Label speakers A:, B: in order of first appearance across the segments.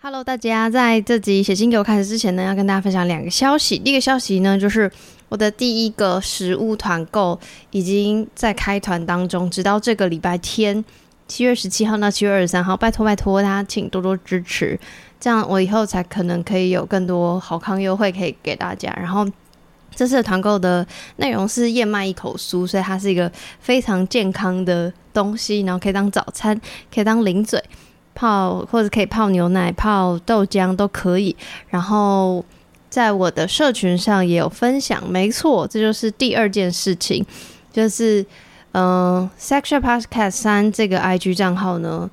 A: Hello，大家，在这集写信给我开始之前呢，要跟大家分享两个消息。第一个消息呢，就是我的第一个实物团购已经在开团当中，直到这个礼拜天，七月十七号到七月二十三号，拜托拜托大家，请多多支持，这样我以后才可能可以有更多好康优惠可以给大家。然后。这次的团购的内容是燕麦一口酥，所以它是一个非常健康的东西，然后可以当早餐，可以当零嘴。泡或者可以泡牛奶、泡豆浆都可以。然后在我的社群上也有分享，没错，这就是第二件事情，就是嗯、呃、，Sexual Podcast 三这个 IG 账号呢，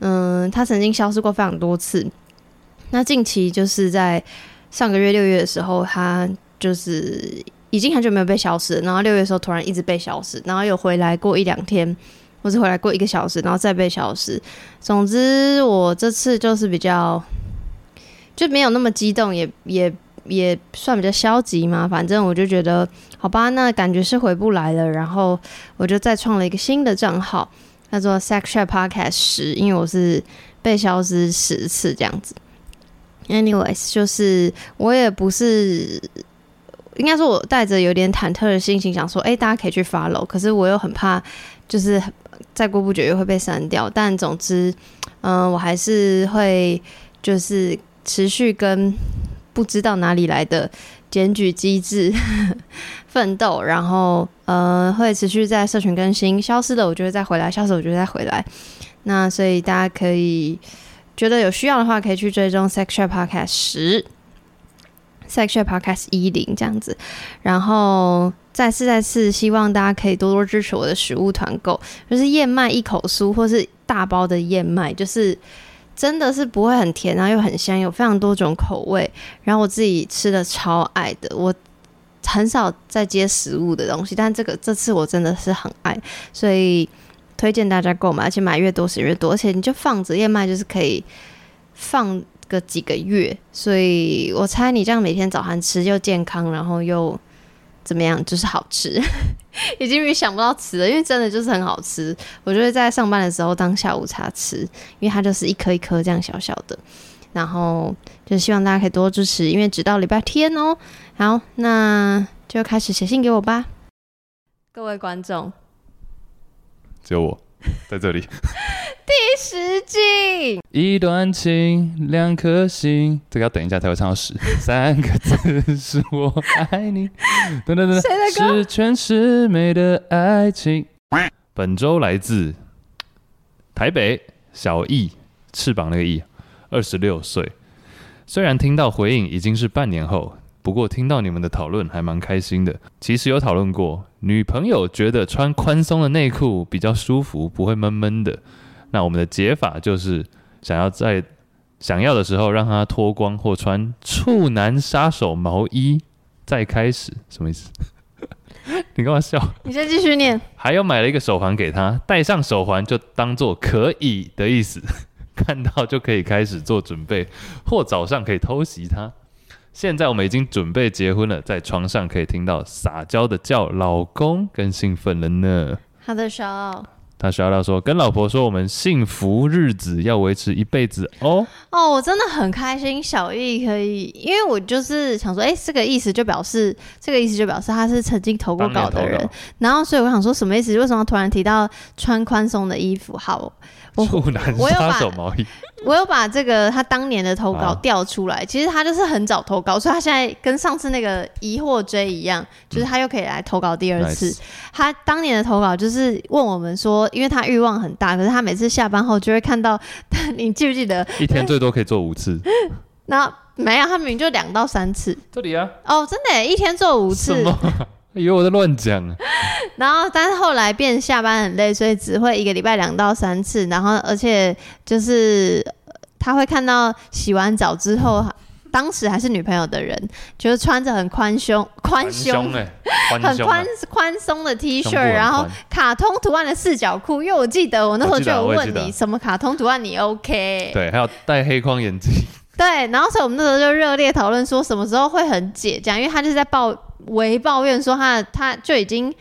A: 嗯、它曾经消失过非常多次。那近期就是在上个月六月的时候，它就是已经很久没有被消失了，然后六月的时候突然一直被消失，然后有回来过一两天，或是回来过一个小时，然后再被消失。总之，我这次就是比较就没有那么激动，也也也算比较消极嘛。反正我就觉得，好吧，那感觉是回不来了。然后我就再创了一个新的账号，叫做 Sex Chat Podcast 十，因为我是被消失十次这样子。Anyways，就是我也不是。应该说，我带着有点忐忑的心情，想说，哎、大家可以去 follow，可是我又很怕，就是再过不久又会被删掉。但总之，嗯、我还是会就是持续跟不知道哪里来的检举机制 奋斗，然后呃，会持续在社群更新。消失了，我就会再回来；消失，我就会再回来。那所以大家可以觉得有需要的话，可以去追踪 Section Podcast 十。Section Podcast 一零这样子，然后再次再次希望大家可以多多支持我的食物团购，就是燕麦一口酥，或是大包的燕麦，就是真的是不会很甜，然后又很香，有非常多种口味。然后我自己吃的超爱的，我很少在接食物的东西，但这个这次我真的是很爱，所以推荐大家购买，而且买越多是越多，而且你就放着燕麦就是可以放个几个月，所以我猜你这样每天早餐吃又健康，然后又怎么样，就是好吃。已经想不到词了，因为真的就是很好吃。我就会在上班的时候当下午茶吃，因为它就是一颗一颗这样小小的。然后就希望大家可以多支持，因为直到礼拜天哦。好，那就开始写信给我吧，各位观众。
B: 只有我在这里。
A: 第十季，
B: 一段情，两颗心，这个要等一下才会唱 到十。三个字是我爱你，等等等等，
A: 谁的歌
B: 十全十美的爱情。本周来自台北小易，翅膀那个翼，二十六岁。虽然听到回应已经是半年后，不过听到你们的讨论还蛮开心的。其实有讨论过，女朋友觉得穿宽松的内裤比较舒服，不会闷闷的。那我们的解法就是想要在想要的时候让她脱光或穿处男杀手毛衣再开始，什么意思？ 你干嘛笑？
A: 你先继续念。
B: 还有买了一个手环给她，戴上手环就当做可以的意思， 看到就可以开始做准备，或早上可以偷袭她。现在我们已经准备结婚了，在床上可以听到撒娇的叫老公，更兴奋了呢。
A: 好的，小奥。
B: 他小到说：“跟老婆说，我们幸福日子要维持一辈子哦。
A: 哦，我真的很开心，小易可以，因为我就是想说，哎、这个意思就表示，这个意思就表示他是曾经投过
B: 当年
A: 稿
B: 投
A: 的人
B: 稿，
A: 然后所以我想说什么意思？为什么突然提到穿宽松的衣服？好，我
B: 处男
A: 我有把
B: 杀手毛衣，
A: 我有把这个他当年的投稿
B: 啊
A: 调出来，其实他就是很早投稿，所以他现在跟上次那个疑惑追一样，就是他又可以来投稿第二次。
B: 嗯 Nice
A: 他当年的投稿就是问我们说，因为他欲望很大，可是他每次下班后就会看到， 你记不记得？
B: 一天最多可以做 五次。
A: 那没有，他明明就两到三次
B: 这里啊，
A: 哦，真的耶一天做五
B: 什
A: 次
B: 么。啊？以为我在乱讲啊。
A: 然后，但是后来变下班很累，所以只会一个礼拜两到三次。然后，而且就是呃他会看到洗完澡之后，当时还是女朋友的人，就是穿着很宽胸、宽胸、
B: 哎，宽
A: 很
B: 胸啊
A: 宽，宽松的 T
B: 胸
A: 恤，
B: 部很
A: 然后
B: 宽
A: 卡通图案的四角裤。因为我记得我那时候
B: 我记
A: 就
B: 得啊
A: 有
B: 我也
A: 问
B: 记得啊
A: 你，什么卡通图案你 OK？
B: 对，还有戴黑框眼 镜，
A: 对，然后所以我们那时候就热烈讨论说什么时候会很解这样，因为他就是在抱微抱怨说他的他就已经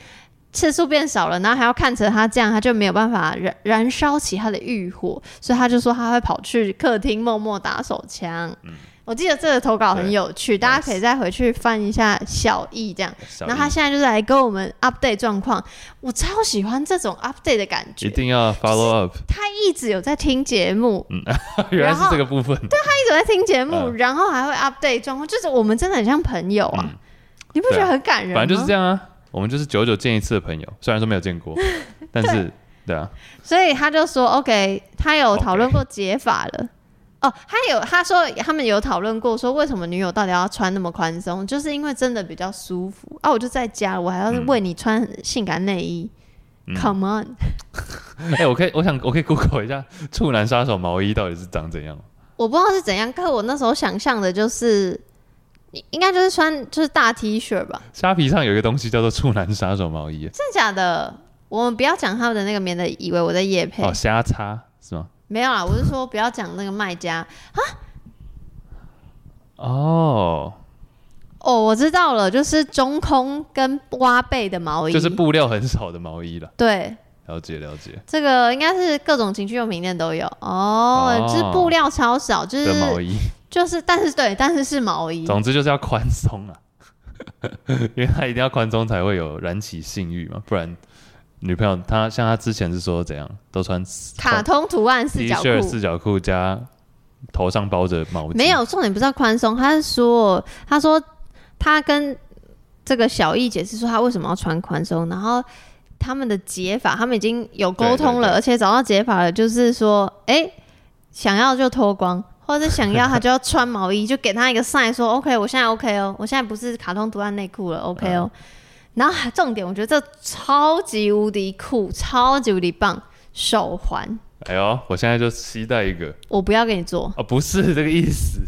A: 次数变少了，然后还要看着他这样，他就没有办法燃燃烧起他的欲火，所以他就说他会跑去客厅默默打手枪。
B: 嗯
A: 我记得这个投稿很有趣，大家可以再回去翻一下小易这样。
B: 小
A: 然后他
B: 易
A: 现在就是来跟我们 update 状况，我超喜欢这种 update 的感
B: 一
A: 觉。
B: 定要 follow up，
A: 他一直有在听节目，
B: 原来
A: 然
B: 是
A: 后
B: 这个部分。
A: 他一直在听节目，
B: 嗯
A: 然后还会 update 状况，就是我们真的很像朋友啊，你不觉
B: 对
A: 得
B: 啊
A: 很感人吗？
B: 反正就是这样啊，我们就是久久见一次的朋友，虽然说没有 见过，但是对啊，
A: 所以他就说 OK，他有
B: OK
A: 讨论过解法了。哦，他有他说他们有讨论过，说为什么女友到底要穿那么宽松，就是因为真的比较舒服啊！我就在家，我还要
B: 嗯
A: 为你穿性感内衣、
B: 嗯
A: c o m e on！
B: 哎、我可以，我想我可以 Google 一下处男杀手毛衣到底是长怎样。
A: 我不知道是怎样，可我那时候想象的就是，应应该就是穿就是大 T 恤吧？
B: 虾皮上有一个东西叫做处男杀手毛衣，
A: 真假的？我们不要讲他们的那个棉的，以为我在夜配、
B: 哦，瞎擦是吗？
A: 没有啦，我是说不要讲那个卖家。
B: 哦，
A: 哦，我知道了，就是中空跟挖背的毛衣，
B: 就是布料很少的毛衣了，
A: 对，
B: 了解了解
A: 这个应该是各种情趣用品店都有哦，
B: 哦
A: 就是布料超少，就
B: 的毛
A: 是
B: 衣，
A: 就是，但是对，但是是毛衣，
B: 总之就是要宽松啊， 因为它一定要宽松才会有燃起性欲嘛，不然女朋友她像她之前是说怎样都穿
A: 卡通图案四
B: T
A: 角
B: 恤、
A: 裤。
B: 四角裤加头上包着毛巾，
A: 没有重点不是要宽松，他是说，他说他跟这个小易解释说他为什么要穿宽松，然后他们的解法，他们已经有沟通了，
B: 对对对
A: 而且找到解法了，就是说，哎、想要就脱光，或者想要他就要穿毛衣，就给他一个 sign 说 OK，我现在 OK 哦，我现在不是卡通图案内裤了，OK 哦。
B: 嗯
A: 然后重点，我觉得这超级无敌酷，超级无敌棒，手环，
B: 哎呦，我现在就期待一个
A: 我不要给你做。
B: 哦，不是这个意思，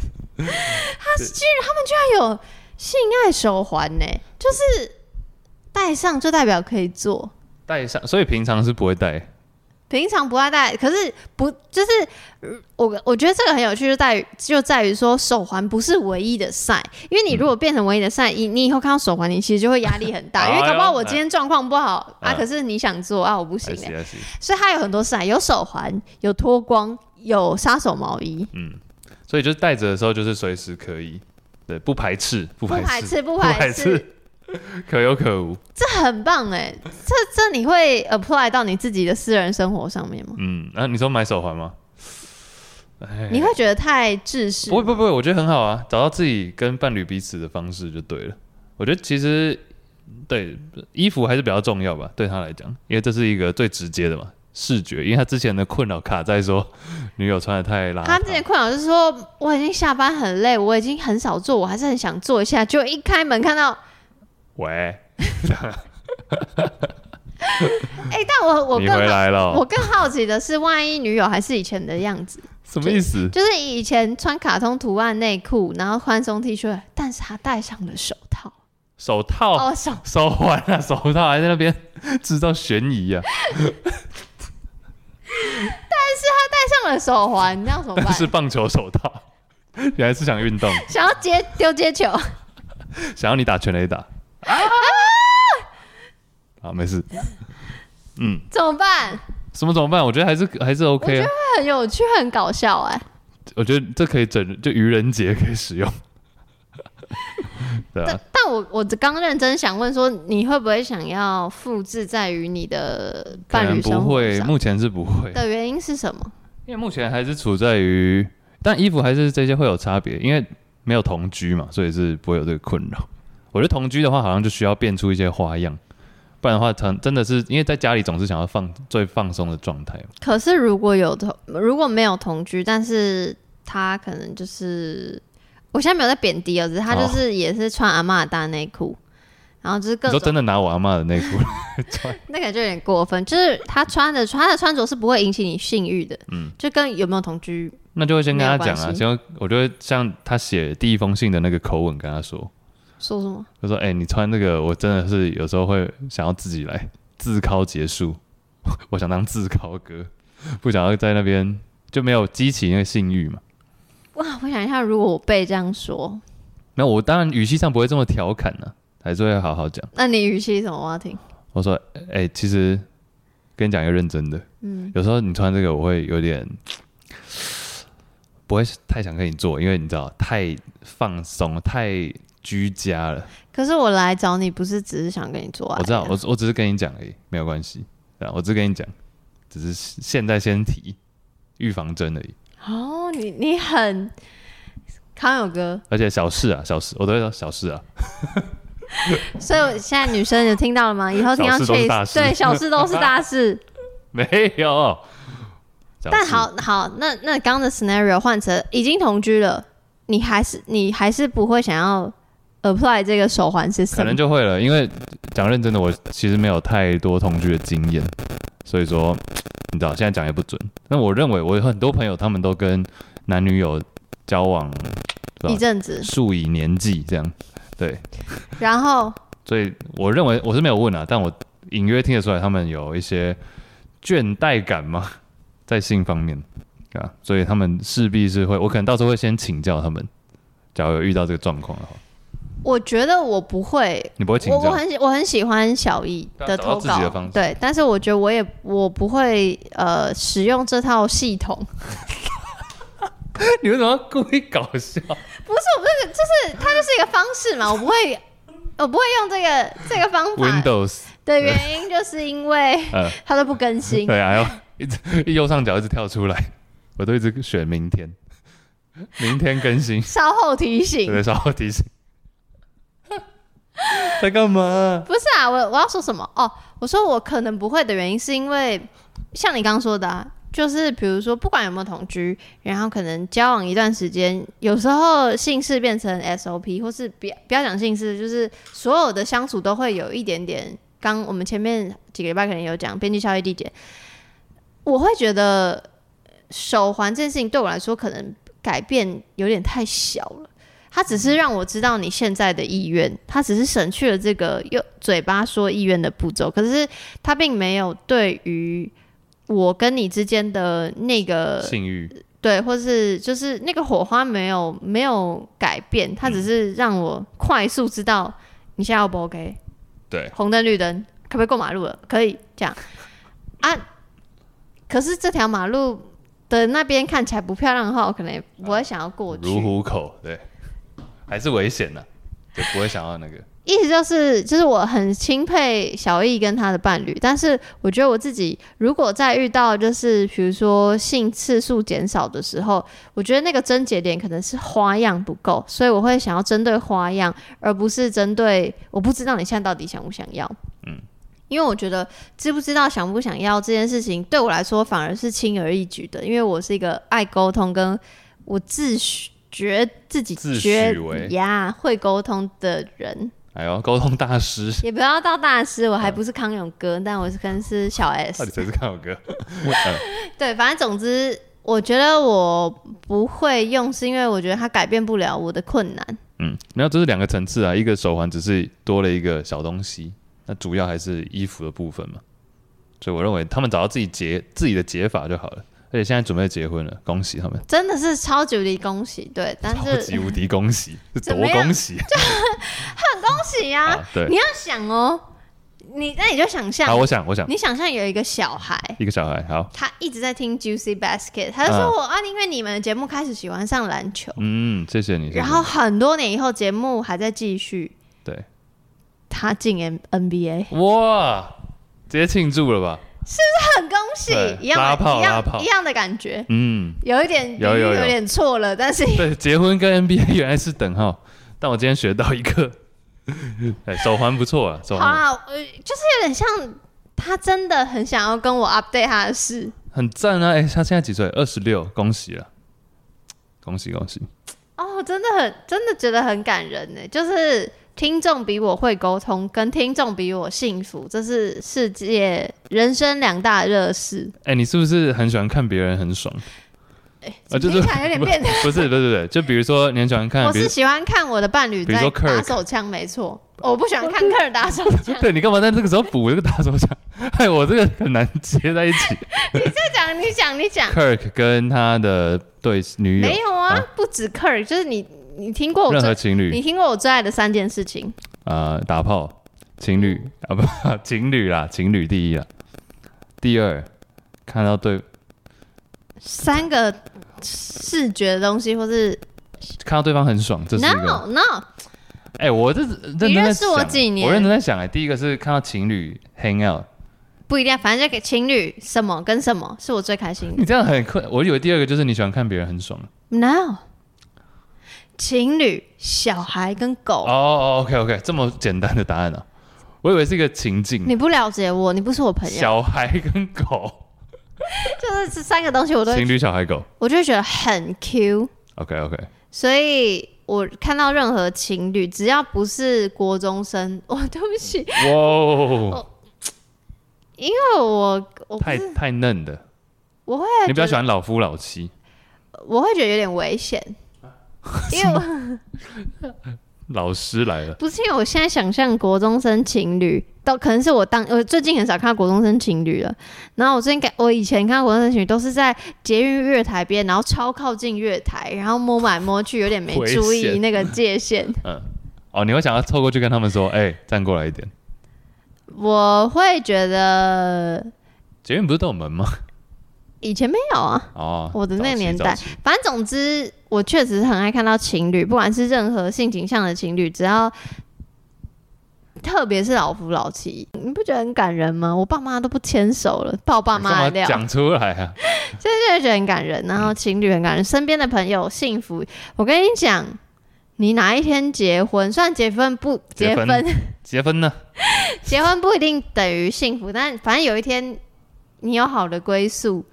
A: 有性爱手环呢、就是戴上就代表可以做，
B: 戴上，所以平常是不会戴，
A: 平常不爱戴，可是不就是呃我我觉得这个很有趣，就在于就在于说手环不是唯一的赛，因为你如果变成唯一的赛，你你以后看到手环，你其实就会压力很大，
B: 哎呦
A: 因为搞不好我今天状况不好、
B: 哎
A: 啊，可是你想做啊，我不行
B: 还
A: 欸
B: 是还是，
A: 所以它有很多赛，有手环，有脱光，有杀手毛衣，
B: 所以就是戴着的时候就是随时可以，对，不排斥，不
A: 不排
B: 排斥，
A: 斥不
B: 不
A: 排斥，
B: 斥 可有可无，
A: 这很棒哎、这这你会 apply 到你自己的私人生活上 面吗？
B: 嗯，然、后你说买手环吗？哎，
A: 你会觉得太自私
B: 不。会不会不会，我觉得很好啊，找到自己跟伴侣彼此的方式就对了。我觉得其实对衣服还是比较重要吧，对他来讲，因为这是一个最直接的嘛，视觉。因为他之前的困扰卡在说 女友穿的太邋
A: 他之前
B: 遢，
A: 困扰就是说，我已经下班很累，我已经很少做，我还是很想做一下。就一开门看到，
B: 喂，
A: 哎、但我我
B: 嗯你
A: 更
B: 回
A: 好
B: 来
A: 我
B: 了，
A: 更好奇的是，万一女友还是以前的样子，
B: 什么意思？
A: 就是以前穿卡通图案内裤，然后宽松 T 恤，但是她戴上了手套。
B: 手套、
A: 哦，手
B: 手环啊， 手套还在那边制造悬疑啊，
A: 戴上了手环，那要怎么
B: 但
A: 办？
B: 是棒球手套。 原来是想运动，
A: 想要接丢接球，
B: 想要你打全垒打啊！没事，嗯，
A: 怎么办？
B: 什么怎么办？我觉得还是还是 OK 啊。
A: 很有趣，很搞笑哎、
B: 我觉得这可以整，就愚人节可以使 用。对啊
A: 但，但我我刚认真想问说，你会不会想要复制在于你的
B: 可
A: 伴
B: 能
A: 侣生
B: 不
A: 活
B: 会，
A: 上
B: 目前是不会，
A: 的原因是什么？
B: 因为目前还是处在于，但衣服还是这些会有差别，因为没有同居嘛，所以是不会有这个困扰。我觉得同居的话，好像就需要变出一些花样，不然的话，常真的是因为在家里总是想要放最放松的状态嘛。
A: 可是如果有同，如果没有同居，但是他可能就是，我现在没有在贬低儿子，他就是也是穿阿嬷的大内裤，然后就是各
B: 你说
A: 种
B: 真的拿我阿妈的内裤穿，
A: 那个就有点过分，就是他穿的他的穿着是不会引起你性欲的，嗯，就跟有没有同居
B: 那就会先跟他讲
A: 没有
B: 啊，
A: 关系
B: 先我就会像他写第一封信的那个口吻跟他说，
A: 说什么
B: 他说：“哎、你穿这个，我真的是有时候会想要自己来自考结束， 我想当自考哥，不想要在那边就没有激起那个性欲嘛。
A: 哇，啊我想一下，如果我被这样说，
B: 啊那我当然语气上不会这么调侃呢、还是会好好讲。
A: 那你语气什么我要听？
B: 我我说：“哎、其实跟你讲一个认真的，
A: 嗯
B: 有时候你穿这个我会有点不会太想跟你做，因为你知道太放松、太居家了。
A: 可是我来找你不是只是想跟你做爱啊、
B: 我知道，我我只是跟你讲而已，没有关系。啊，我只是跟你讲，只是现在先提预防针而已。
A: 哦，你你很康永哥，
B: 而且小事啊，小事，我都会说小事啊。
A: 所以我现在女生有听到了 吗？以后听到
B: 小事都是大
A: Chase
B: 事
A: 对小事都是大 事。
B: 没有。小
A: 但
B: 事，
A: 好好，那那刚刚的 scenario 换成已经同居了，你还是你还是不会想要 apply 这个手环是
B: 可
A: 什么
B: 能？就会了，因为讲认真的，我其实没有太多同居的经验，所以说你知道现在讲也不准。那我认为我有很多朋友他们都跟男女友交往不知
A: 一
B: 道
A: 阵子，
B: 数以年计这样，对，
A: 然后
B: 所以我认为我是没有问啊，但我隐约听得出来他们有一些倦怠感嘛，在性方面啊，所以他们势必是会，我可能到时候会先请教他们，假如有遇到这个状况的话，
A: 我觉得我不会，
B: 你不会请
A: 我
B: 教
A: 我很喜我很喜欢小易
B: 对
A: 的
B: 啊找到
A: 投
B: 自己的
A: 稿
B: 方，式
A: 对，但是我觉得我也我不会呃使用这套系统，
B: 你为什么要故意搞笑？
A: 不是我不是就是它就是一个方式 嘛，我不会我不会用这个这个方法
B: Windows，
A: 的原因，就是因 为
B: 呃，
A: 它都不更新，
B: 对啊，还要一直 一右上角一直跳出来，我都一直选明天，明天 更新，
A: 稍后提醒。
B: 对，稍后提醒。在干嘛？
A: 不是啊，我我要说什么？哦，我说我可能不会的原因是因为，像你刚刚说的、啊，就是比如说不管有没有同居，然后可能交往一段时间，有时候姓氏变成 SOP，或是不要不要讲姓氏，就是所有的相处都会有一点点。刚我们前面几个礼拜可能有讲边际效益递减，我会觉得手环这件事情对我来说可能改变有点太小了。他只是让我知道你现在的意愿，他只是省去了这个用嘴巴说意愿的步骤，可是他并没有对于我跟你之间的那个
B: 性欲，
A: 对，或是就是那个火花没有没有改变，他
B: 嗯
A: 只是让我快速知道你现在要不 OK，
B: 对，
A: 红灯绿灯可不可以过马路了？可以这样啊。可是这条马路的那边看起来不漂亮的话，我可能也不会想要过去。
B: 如虎口，对，还是危险的、就不会想要那个。
A: 意思就是，就是我很钦佩小易跟他的伴侣，但是我觉得我自己如果再遇到就是比如说性次数减少的时候，我觉得那个症结点可能是花样不够，所以我会想要针对花样，而不是针对我不知道你现在到底想不想要。嗯，因为我觉得知不知道想不想要这件事情对我来说反而是轻而易举的，因为我是一个爱沟通跟我自诩觉自己
B: 自
A: 觉
B: 诩为
A: 呀会沟通的人。
B: 哎呦，沟通大师，
A: 也不要到大师，我还不是康永哥，但我是跟是小
B: 嗯到
A: S
B: 底。谁是看我哥？
A: 对，反正总之，我觉得我不会用，是因为我觉得它改变不了我的困难。
B: 嗯，没有，这是两个层次啊，一个手环只是多了一个小东西，那主要还是衣服的部分嘛。所以我认为他们找到自己解自己的解法就好了。而且现在准备结婚了，恭喜他们，
A: 真的是超级无敌恭喜，对，但
B: 超
A: 是
B: 级无敌恭 喜，是
A: 怎
B: 多
A: 么样
B: 恭喜
A: 恭喜呀、
B: 啊！对
A: 你，要想哦，你那你就想象
B: 好，，我想，我想
A: 你想象有一个小孩，
B: 一个小孩，好，
A: 他一直在听 Juicy Basket，他就说
B: 嗯
A: 我啊，因为你们的节目开始喜欢上篮球，
B: 嗯，谢谢你，谢谢
A: 然后很多年以后节目还在继续，
B: 对，
A: 他进 N NBA。
B: 你哇，直接庆祝了吧？
A: 很恭喜，
B: 对
A: 一样
B: 拉
A: 的
B: 炮
A: 一
B: 拉
A: 样
B: 炮
A: 一样的感觉，
B: 嗯，
A: 有一点
B: 有
A: 比喻
B: 有有
A: 点错了，但是
B: 对，结婚跟 NBA 原来是等号，但我今天学到一个， 哎，手环不错啊，手
A: 好
B: 环
A: 啦，呃，就是有点像他真的很想要跟我 update 他的事。
B: 很赞啊！哎，他现在几岁？二十六，恭喜了，恭喜恭喜！
A: 哦，真的很真的觉得很感人呢，就是听众比我会沟通，跟听众比我幸福，这是世界人生两大热事。
B: 哎，你是不是很喜欢看别人很爽？ 啊就是
A: 听起来有点 变态。
B: 不是，不是，不是，就比如说你很喜欢看，
A: 我
B: 比如
A: 是喜欢看我的伴侣
B: 比如
A: 在
B: 说 Kirk
A: 打手枪，没错，哦我不喜欢看客人打手枪。
B: 对你干嘛在这个时候补这个大手枪？ 哎，我这个很难接在一 起。
A: 啊再讲，你讲，你讲。
B: Kirk 跟他的对女友
A: 没，有啊
B: 啊，
A: 不止 Kirk，就是你，你听过我
B: 任何
A: 最，
B: 情侣
A: 你听过我最爱的三件事情：
B: 啊、呃打炮、情侣啊，不， 情侣啦，情侣第一啦。第二，看到对
A: 三个视觉的东西，或是
B: 看到对方很爽，这是一个。
A: no no，
B: 哎、我这认真
A: 你
B: 在
A: 认识
B: 想
A: 我
B: 欸
A: 几年
B: 我认真在想哎、第一个是看到情侣 hang out，
A: 不一定，反正就给情侣什么跟什么是我最开心的。
B: 你这样很困。我以为第二个就是你喜欢看别人很爽。
A: No，情侣、小孩跟狗，
B: 哦哦，OK OK，这么简单的答案啊，我以为是一个情境，
A: 你不了解我，你不是我朋友，哎
B: 小孩跟狗，
A: 就是这三个东西我都
B: 情侣小孩狗。
A: 我就会觉得很 Q，
B: OK OK，
A: 所以我看到任何情侣，只要不是国中生，我对不起，
B: 哇哦，
A: 因为我我不
B: 太
A: 是
B: 太嫩的，
A: 我会
B: 你比较
A: 觉
B: 喜欢老夫老妻，
A: 我会觉得有点危险，因为我
B: 老师来了。
A: 不是因为我现在想象国中生情侣，都可能是我当我最近很少看到国中生情侣了。然后我最近看我以前看到国中生情侣都是在捷运月台边，然后超靠近月台，然后摸来摸去，有点没
B: 危险
A: 注意那个界限。
B: 哦，你会想要凑过去跟他们说，哎、站过来一点。
A: 我会觉得
B: 捷运不是都有门吗？
A: 以前没有啊，
B: 哦，
A: 我的那个
B: 早期
A: 年代，
B: 早期
A: 反正总之，我确实很爱看到情侣，不管是任何性倾向的情侣，只要特别是老夫老妻，你不觉得很感人吗？我爸妈都不牵手了，爆爸
B: 你
A: 妈的
B: 干嘛
A: 料，
B: 讲出来啊？
A: 现在就觉得很感人。然后情侣很感人，身边的朋友幸福。我跟你讲，你哪一天结婚，虽然结婚不
B: 结
A: 结
B: 婚
A: 婚
B: 结婚呢？
A: 结婚不一定等于幸福，但反正有一天你有好的归宿，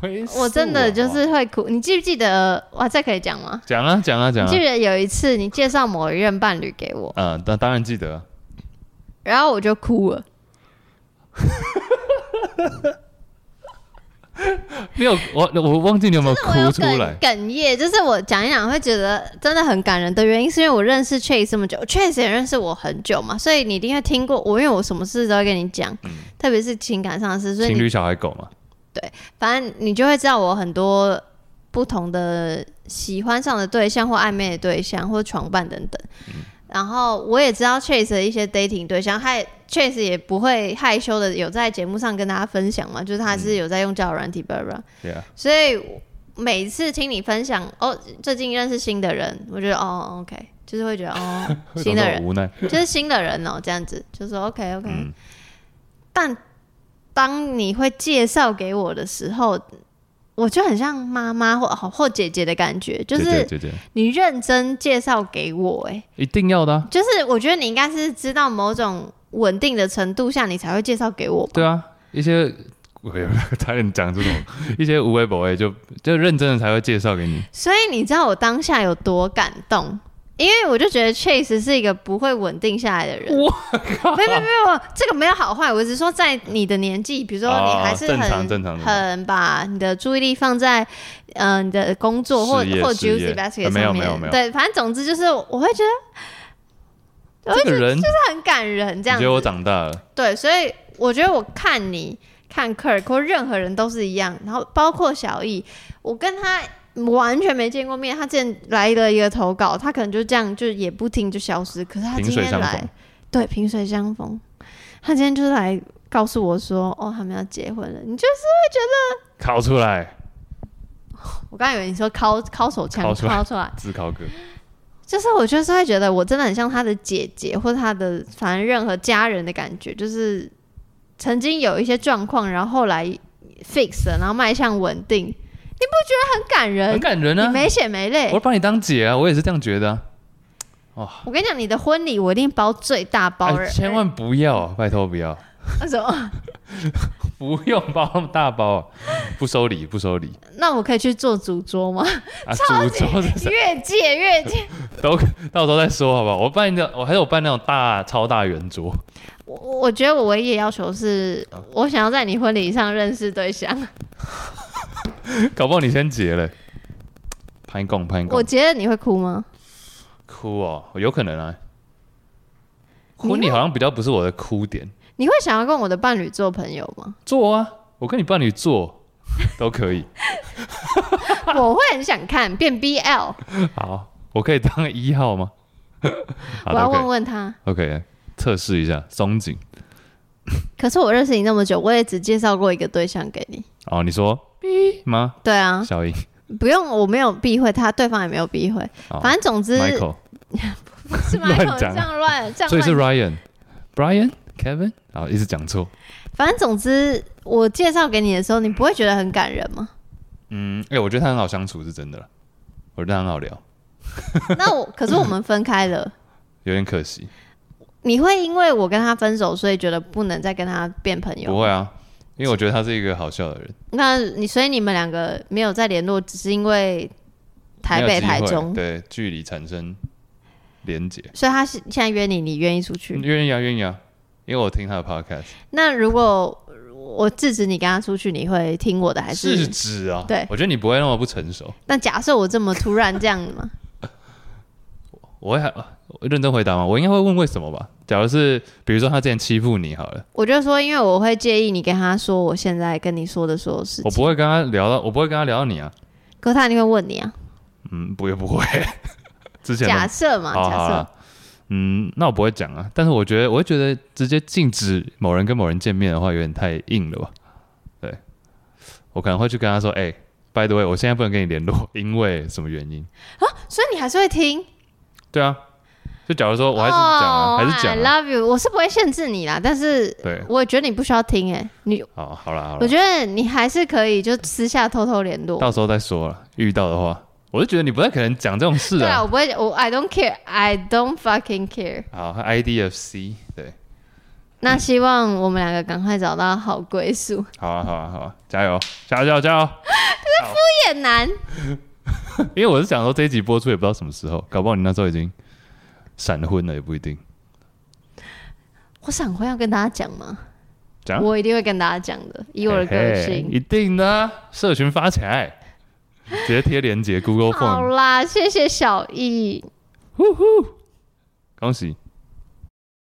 B: 归宿
A: 我真的就
B: 哦
A: 是会哭。你记不记得？哇，这可以讲吗？
B: 讲啊讲啊讲
A: 你
B: 啊
A: 记，得有一次你介绍某一任伴侣给我，
B: 嗯，当当然记得啊，
A: 然后我就哭了。
B: 你有我我忘记你有没有
A: 我有
B: 哭出
A: 哽
B: 来，
A: 哽咽，就是我讲一讲会觉得真的很感人的原因，是因为我认识 Chase 这么久，Chase 也认识我很久嘛，所以你一定会听过我，因为我什么事都会跟你讲，特别是情感上的事，所以
B: 嗯情
A: 你
B: 侣小孩狗嘛，
A: 反正你就会知道我很多不同的喜欢上的对象或暧昧的对象或床伴等等。
B: 嗯
A: 然后我也知道 Chase 的一些 dating 对象，害 Chase 也不会害羞的，有在节目上跟大家分享嘛，就是他
B: 嗯
A: 是有在用交友软体 b l
B: 对啊，
A: 所以每一次听你分享哦，最近认识新的人，我觉得哦，OK，就是会觉得哦，新的
B: 为什么这
A: 人
B: 么无奈，
A: 就是新的人哦，这样子就说 OK OK，、
B: 嗯，
A: 但当你会介绍给我的时候，我就很像妈妈或哦或姐姐的感觉，就
B: 姐
A: 是
B: 姐姐姐
A: 你认真介绍给我、哎，
B: 一定要的啊，
A: 就是我觉得你应该是知道某种稳定的程度下，你才会介绍给我吧。
B: 对啊，一些我 差点讲这种 一些无微不微就就认真的才会介绍给你，
A: 所以你知道我当下有多感动，因为我就觉得 Chase 是一个不会稳定下来的人。
B: 我靠
A: 没有没有没有，这个没有好坏，我只是说在你的年纪，比如说你
B: 哦
A: 还是
B: 正
A: 很、
B: 常正常正常
A: 很把你的注意力放在嗯、呃你的工作或
B: 事业
A: 或
B: 事业
A: juicy basket
B: 呃
A: 上
B: 没有
A: 面，
B: 没有没有
A: 对，反正总之就是我会觉得
B: 这个人，你
A: 是很感人这样
B: 觉得我
A: 子，
B: 长大了，
A: 对，所以我觉得我看你看 Kirk 或任何人都是一样，然后包括小易，我跟他。完全没见过面，他之前来了一个投稿，他可能就这样，就也不听就消失。可是他
B: 萍
A: 今
B: 水
A: 天
B: 相
A: 来
B: 逢，，
A: 对，萍水相逢。他今天就是来告诉我说，哦，他们要结婚了。你就是
B: 考出来，
A: 我刚以为你说敲敲手枪，
B: 敲
A: 敲
B: 出
A: 出
B: 来
A: 来，
B: 自考哥，
A: 就是我就是会觉得我真的很像他的姐姐或者他的反正任何家人的感觉，就是曾经有一些状况，然后后来 fix 了，然后迈向稳定。你不觉得很感人？
B: 很感人
A: 呃你
B: 啊，
A: 没血没泪
B: 我。把你当姐啊，我也是这样觉得啊。
A: 我跟你讲，你的婚礼我一定包最大包
B: 哎
A: 人，
B: 千万不要，啊拜托不要，
A: 为什么？
B: 不用包那么大包啊，不收礼，不收礼
A: 那我可以去做主桌吗？
B: 啊，诅咒 是谁？
A: 越界越界。
B: 都到时候再说好不好？我办的，我还有办那种大超大圆桌，
A: 我我觉得我唯一的要求是，我想要在你婚礼上认识对象。
B: 搞不好你先结了，攀供攀
A: 我
B: 供，
A: 觉得你会哭吗？
B: 哭哦，有可能啊。
A: 你
B: 婚礼好像比较不是我的哭点，
A: 你会想要跟我的伴侣做朋友吗？
B: 做啊，我跟你伴侣做都可以。
A: 我会很想看变 BL，
B: 好，我可以当一号吗？好
A: 我要问
B: 的
A: 问他，
B: ，OK，测试一下松紧。
A: 可是我认识你那么久，我也只介绍过一个对象给你。
B: 哦，你说吗？
A: 对啊，
B: 小英，
A: 不用，我没有避讳他，对方也没有避讳。
B: 哦
A: 反正总之
B: Michael，
A: 是 Michael
B: 乱
A: 这
B: 讲
A: 样乱，这样
B: 所以
A: 乱
B: 是 Ryan、Brian、Kevin，啊，一直讲错。
A: 反正总之，我介绍给你的时候，你不会觉得很感人 吗？
B: 嗯，哎、我觉得他很好相处，是真的啦。我觉得他很好聊，
A: 那我可是我们分开了，
B: 有点可惜。
A: 你会因为我跟他分手，所以觉得不能再跟他变朋友？
B: 不会啊，因为我觉得他是一个好笑的人。
A: 那你所以你们两个没有再联络，只是因为台
B: 没
A: 北、
B: 有机会
A: 台中，
B: 对距离产生连结，
A: 所以他是现在约你，你愿意出去？
B: 愿意啊，愿意啊。因为我听他的 podcast，
A: 那如果我制止你跟他出去，你会听我的还
B: 制
A: 是？
B: 止啊。
A: 对
B: 我觉得你不会那么不成熟。
A: 那假设我这么突然这样嘛，
B: 我会很我认真回答吗？我应该会问为什么吧。假如是比如说他之前欺负你好了，
A: 我就说，因为我会介意你跟他说我现在跟你说的所有事
B: 我
A: 情，
B: 不会跟他聊到，我不会跟他聊到你啊。
A: 可他一定会问你啊。
B: 嗯，不也不会。 之前的
A: 假设嘛，
B: 好
A: 啊假
B: 好
A: 设
B: 啦，嗯，那我不会讲啊，但是我觉得，我会觉得直接禁止某人跟某人见面的话，有点太硬了吧？对，我可能会去跟他说，哎、b y the way，我现在不能跟你联络，因为什么原因？
A: 所以你还是会听。
B: 对啊，就假如说我还是讲啊
A: 哦
B: 还是讲、啊，
A: I love you，我是不会限制你啦，但是
B: 对，
A: 我也觉得你不需要听哎、你
B: 好，好啦，好
A: 我
B: 啦，
A: 觉得你还是可以就私下偷偷联络。
B: 到时候再说了，遇到的话，我就觉得你不太可能讲这种事
A: 对啊，
B: 啊。
A: 我不会，我 I don't care，I don't fucking care。
B: 好，IDFC，对，
A: 那希望我们两个赶快找到好归宿。
B: 好啊，好啊，好啊，加油，加油，加油，加油！
A: 越南
B: 因为我是想说这一集播出也不知道什么时候，搞不好你那时候已经闪婚了也不一定。
A: 我闪婚要跟大家讲吗？
B: 讲啊
A: 我一定会跟大家讲的，以我的个
B: 嘿嘿
A: 性。
B: 一定的啊、社群发起来，直接贴链接 Google
A: 好
B: Form，
A: 啦，谢谢小易。
B: 恭喜。